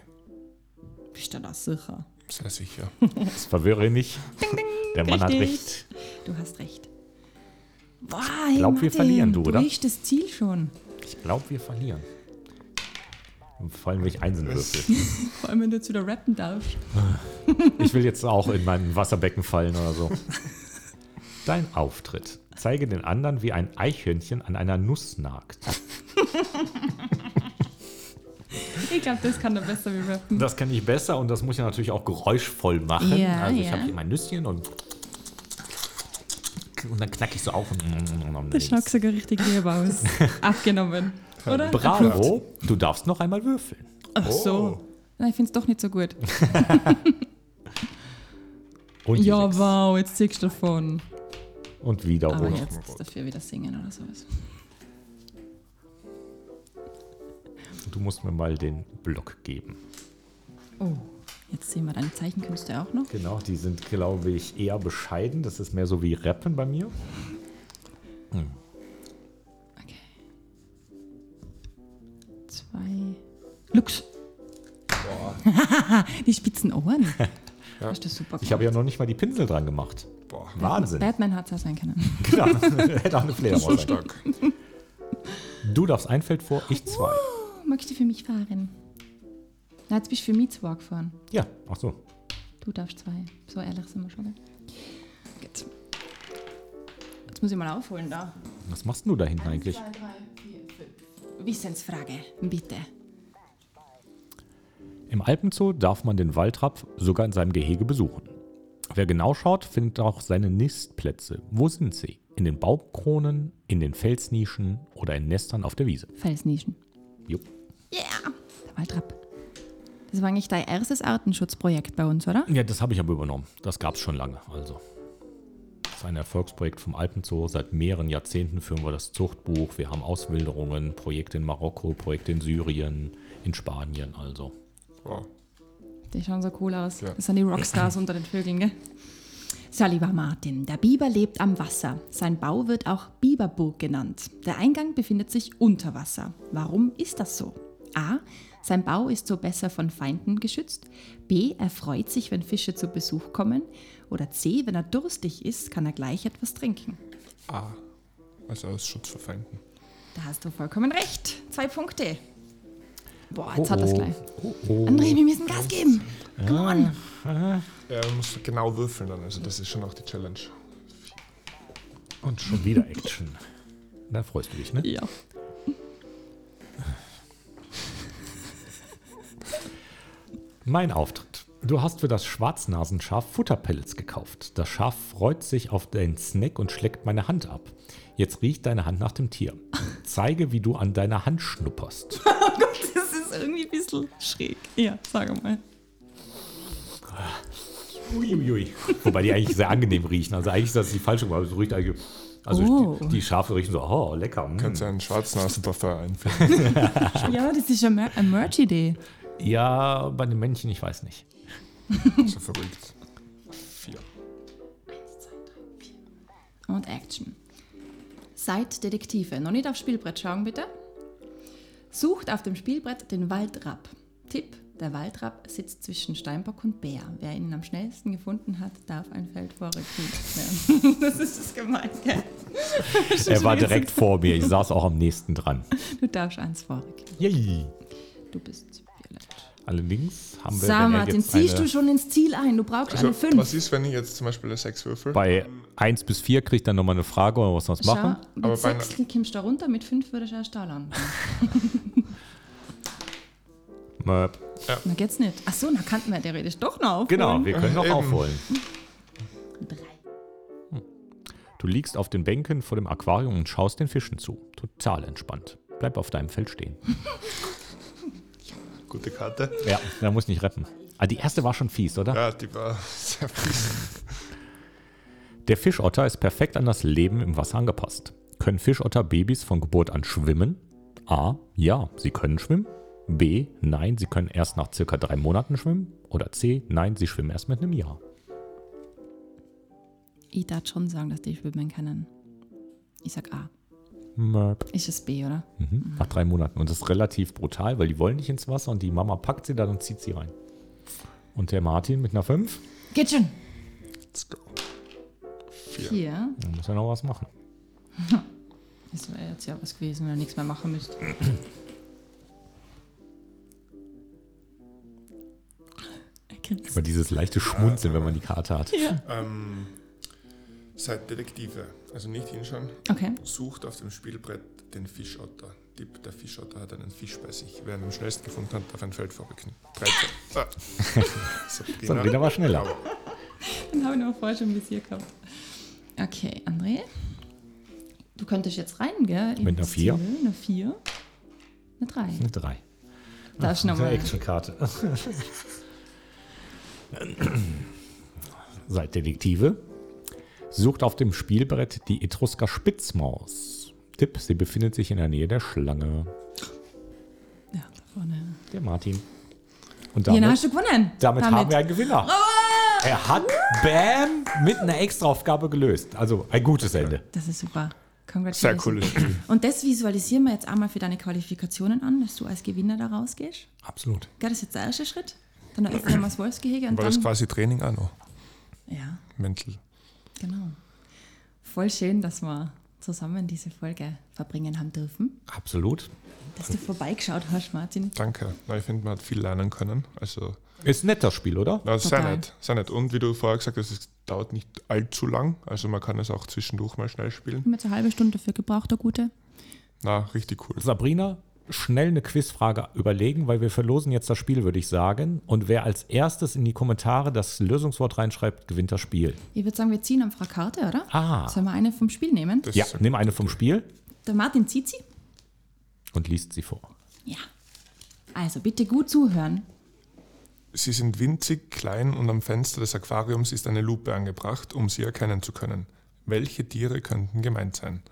Bist du da sicher?
Sehr sicher.
Das verwirre nicht. Der Mann hat
Richtig.
recht.
Du hast recht. Boah, hey,
glaub, wir
Martin,
verlieren, du, oder?
Du riechst das Ziel schon.
Ich glaube, wir verlieren. Und Vor allem, wenn ich einzeln würfel.
Vor allem, wenn du jetzt wieder rappen darfst.
Ich will jetzt auch in mein Wasserbecken fallen oder so. Dein Auftritt. Zeige den anderen, wie ein Eichhörnchen an einer Nuss nagt.
Ich glaube, das kann er besser wie rappen.
Das kann ich besser und das muss ich natürlich auch geräuschvoll machen.
Ja,
also ich
ja.
habe hier mein Nüsschen und, und dann knacke ich so auf. Und
Das schaut sogar richtig lieb aus. Abgenommen. Oder?
Bravo, du darfst noch einmal würfeln.
Ach so.
Oh.
Nein, ich finde es doch nicht so gut.
Und, die
Ja,
Sechs.
wow, jetzt ziehst du davon.
und
Aber
wiederum.
jetzt dafür wieder singen oder sowas.
Du musst mir mal den Block geben.
Oh, jetzt sehen wir deine Zeichenkünste auch noch.
Genau, die sind, glaube ich, eher bescheiden. Das ist mehr so wie Rappen bei mir.
Okay. Zwei. Lux. Die spitzen Ohren. Hast du super
Ich habe ja noch nicht mal die Pinsel dran gemacht.
Boah.
Wahnsinn.
Batman hat es ja sein können.
Genau. Hätte auch eine Fledermaus sein können.
Stark.
Du darfst ein Feld vor, ich zwei.
Oh, magst du für mich fahren? Na, jetzt bist du für mich zwei gefahren.
Ja, ach so.
Du darfst zwei. So ehrlich sind wir schon. gell? Gut. Jetzt muss ich mal aufholen da.
Was machst denn du da hinten eigentlich?
Wissensfrage, bitte.
Im Alpenzoo darf man den Waldrapp sogar in seinem Gehege besuchen. Wer genau schaut, findet auch seine Nistplätze. Wo sind sie? In den Baumkronen, in den Felsnischen oder in Nestern auf der Wiese.
Felsnischen.
Jo.
Der Waldrapp. Das war eigentlich dein erstes Artenschutzprojekt bei uns, oder?
Ja, das habe ich aber übernommen. Das gab es schon lange. Also. Das ist ein Erfolgsprojekt vom Alpenzoo. Seit mehreren Jahrzehnten führen wir das Zuchtbuch. Wir haben Auswilderungen, Projekte in Marokko, Projekte in Syrien, in Spanien. Also.
Wow.
Die schauen so cool aus.
Ja.
Das sind die Rockstars unter den Vögeln, gell? So, lieber Martin, der Biber lebt am Wasser. Sein Bau wird auch Biberburg genannt. Der Eingang befindet sich unter Wasser. Warum ist das so? A. Sein Bau ist so besser von Feinden geschützt. B. Er freut sich, wenn Fische zu Besuch kommen. Oder C. Wenn er durstig ist, kann er gleich etwas trinken.
A. Also aus Schutz vor Feinden.
Da hast du vollkommen recht. Zwei Punkte. Boah,
Oh,
jetzt hat er es gleich.
Oh, oh. Ah.
André, wir müssen Gas geben. Come on.
Er muss genau würfeln dann, also das ist schon auch die Challenge.
Und schon wieder Action. Da freust du dich, ne?
Ja.
Mein Auftritt. Du hast für das Schwarznasenschaf Futterpellets gekauft. Das Schaf freut sich auf deinen Snack und schlägt meine Hand ab. Jetzt riecht deine Hand nach dem Tier. Zeige, wie du an deiner Hand schnupperst.
Das ist irgendwie ein bisschen schräg. Ja, sag mal.
Uiuiui. Wobei die eigentlich sehr angenehm riechen. Also eigentlich ist das die falsche Wahl. Also, riecht eigentlich, also
Oh.
die, die Schafe riechen so, oh, lecker. mm.
Kannst du einen Schwarznasenparfum einführen?
Ja, das ist eine Mer eine Merch-Idee.
Ja, bei den Männchen, ich weiß nicht.
So verrückt. Vier.
Und Action. Seid Detektive. Noch nicht aufs Spielbrett schauen, bitte. Sucht auf dem Spielbrett den Waldrapp. Tipp: Der Waldrapp sitzt zwischen Steinbock und Bär. Wer ihn am schnellsten gefunden hat, darf ein Feld vorrückt werden. das ist das gemein, gell?
Er war direkt vor mir. Ich saß auch am nächsten dran.
Du darfst eins vorrücken.
Yay.
Du bist Violett.
Allerdings haben wir
Sag
wenn er
mal, den
jetzt
ziehst
eine-
du schon ins Ziel ein. Du brauchst
Also,
eine 5.
was ist, wenn ich jetzt zum Beispiel eine 6 würfel?
Bei 1 bis 4 kriegt er nochmal eine Frage oder was sonst machen.
Aber
mit
bei einer-
6 kommst du da runter, mit 5 würdest du erst da landen.
Möp.
Na geht's nicht. Ach so, na kannten wir theoretisch doch noch.
Genau, wir können noch
Eben.
aufholen.
Drei.
Du liegst auf den Bänken vor dem Aquarium und schaust den Fischen zu. Total entspannt. Bleib auf deinem Feld stehen.
Gute Karte.
Ja, da muss nicht reppen. Ah, die erste war schon fies, oder?
Ja, die war sehr fies.
Der Fischotter ist perfekt an das Leben im Wasser angepasst. Können Fischotter-Babys von Geburt an schwimmen? A. Ja, sie können schwimmen. B. Nein, sie können erst nach circa drei Monaten schwimmen. Oder C. Nein, sie schwimmen erst mit einem Jahr.
Ich darf schon sagen, dass die schwimmen können. Ich sag A.
Möp.
Ist es B, oder?
Mhm. Nach drei Monaten. Und das ist relativ brutal, weil die wollen nicht ins Wasser und die Mama packt sie dann und zieht sie rein. Und der Martin mit einer 5,
Geht schon.
Let's go.
Hier.
dann muss er noch was machen.
Das wäre jetzt ja was gewesen, wenn ihr nichts mehr machen müsst.
Über dieses leichte Schmunzeln, wenn man die Karte hat.
Ähm, seid Detektive. Also nicht hinschauen.
Okay.
Sucht auf dem Spielbrett den Fischotter. Tipp, der Fischotter hat einen Fisch bei sich. Wer ihn am schnellsten gefunden hat, darf ein Feld vorrücken. 13. Ah. genau.
Sabrina war schneller.
Dann habe ich noch vorher schon bis hier gehabt. Okay, André. Du könntest jetzt rein, gell?
Mit einer
Ins
Vier.
Ziel. Eine 4. Eine 3.
Eine 3.
Darfst du nochmal.
Actionkarte. Seid Detektive. Sucht auf dem Spielbrett die Etrusker Spitzmaus. Tipp, sie befindet sich in der Nähe der Schlange.
Ja, da vorne.
Der Martin. Und
Hier,
damit,
na, hast du gewonnen.
damit, haben wir einen Gewinner. Er hat Bam mit einer Extraaufgabe gelöst. Also ein gutes Ende.
Das ist super.
Sehr
Congratulations.
cooles Spiel.
Und das visualisieren wir jetzt einmal für deine Qualifikationen an, dass du als Gewinner da rausgehst.
Absolut.
Gell, das ist jetzt der erste Schritt. Dann öffnen wir das Wolfsgehege und
War das
dann.
quasi Training auch noch?
Ja,
Mental.
genau. Voll schön, dass wir zusammen diese Folge verbringen haben dürfen.
Absolut.
Dass du vorbeigeschaut hast, Martin.
Danke. Na, ich finde, man hat viel lernen können. Also,
Ist ein nettes Spiel, oder?
na, sehr
Total.
nett. Sehr nett. Und wie du vorher gesagt hast, es dauert nicht allzu lang. Also man kann es auch zwischendurch mal schnell spielen.
Haben jetzt eine halbe Stunde dafür gebraucht, der Gute.
Na, richtig cool.
Sabrina, schnell eine Quizfrage überlegen, weil wir verlosen jetzt das Spiel, würde ich sagen. Und wer als erstes in die Kommentare das Lösungswort reinschreibt, gewinnt das Spiel.
Ich würde sagen, wir ziehen einfach eine Karte, oder?
Ah.
Sollen wir eine vom Spiel nehmen?
Das
Ja,
ist-
nimm eine vom Spiel
Der Martin zieht sie.
und liest sie vor.
Ja. Also bitte gut zuhören.
Sie sind winzig, klein und am Fenster des Aquariums ist eine Lupe angebracht, um sie erkennen zu können. Welche Tiere könnten gemeint sein?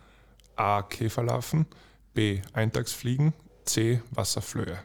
A. Käferlarven, B. Eintagsfliegen, C. Wasserflöhe.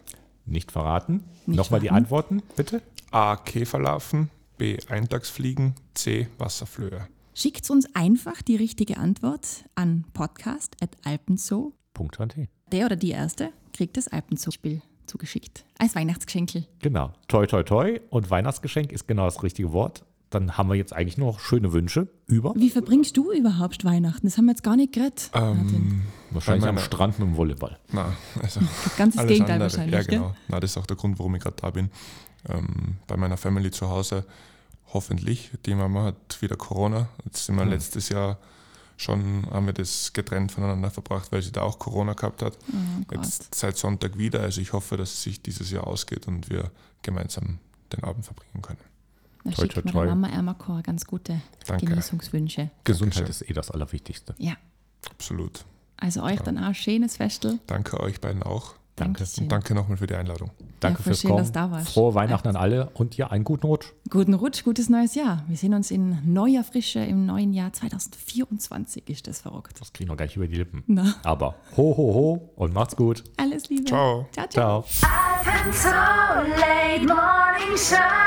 Nicht verraten.
Nicht
Nochmal die
verraten.
Antworten, bitte.
A. Käferlarven, B. Eintagsfliegen, C. Wasserflöhe.
Schickt uns einfach die richtige Antwort an podcast.alpenzoo.
Punkt an T.
Der oder die Erste kriegt das Alpenzoo-Spiel zugeschickt. Als Weihnachtsgeschenkel.
Genau. Toi, toi, toi. Und Weihnachtsgeschenk ist genau das richtige Wort. Dann haben wir jetzt eigentlich nur noch schöne Wünsche über.
Wie verbringst du überhaupt Weihnachten? Das haben wir jetzt gar nicht geredet. Martin.
Wahrscheinlich
Bei
am
meiner-
Strand mit dem Volleyball.
Na, also
Ganzes
alles
Gegenteil
andere.
wahrscheinlich.
Ja,
gell?
genau. Na, das ist auch der Grund, warum ich gerade da bin. Ähm, bei meiner Family zu Hause hoffentlich. Die Mama hat wieder Corona. Jetzt
Hm.
sind wir letztes Jahr schon, haben wir das getrennt voneinander verbracht, weil sie da auch Corona gehabt hat.
Oh Gott.
Jetzt seit Sonntag wieder. Also ich hoffe, dass es sich dieses Jahr ausgeht und wir gemeinsam den Abend verbringen können.
Da
Toi, toi,
schickt mir
toi.
der Mama Ermakor ganz gute
Danke.
Genesungswünsche.
Gesundheit
Dankeschön.
ist eh das Allerwichtigste.
Ja,
Absolut.
also euch dann auch ein schönes Festel.
Danke euch beiden auch.
Danke.
Dankeschön.
Und danke nochmal für die Einladung.
Danke
voll
fürs
schön,
Kommen.
dass du da warst.
Frohe Weihnachten an alle und ja, einen guten Rutsch.
Guten Rutsch, gutes neues Jahr. Wir sehen uns in neuer Frische im neuen Jahr 2024. Ist das verrückt?
Das kriegen wir gleich über die Lippen.
Na.
Aber ho, ho, ho und macht's gut.
Alles Liebe.
Ciao.
Ciao, ciao.
Ciao.
Up until late morning show.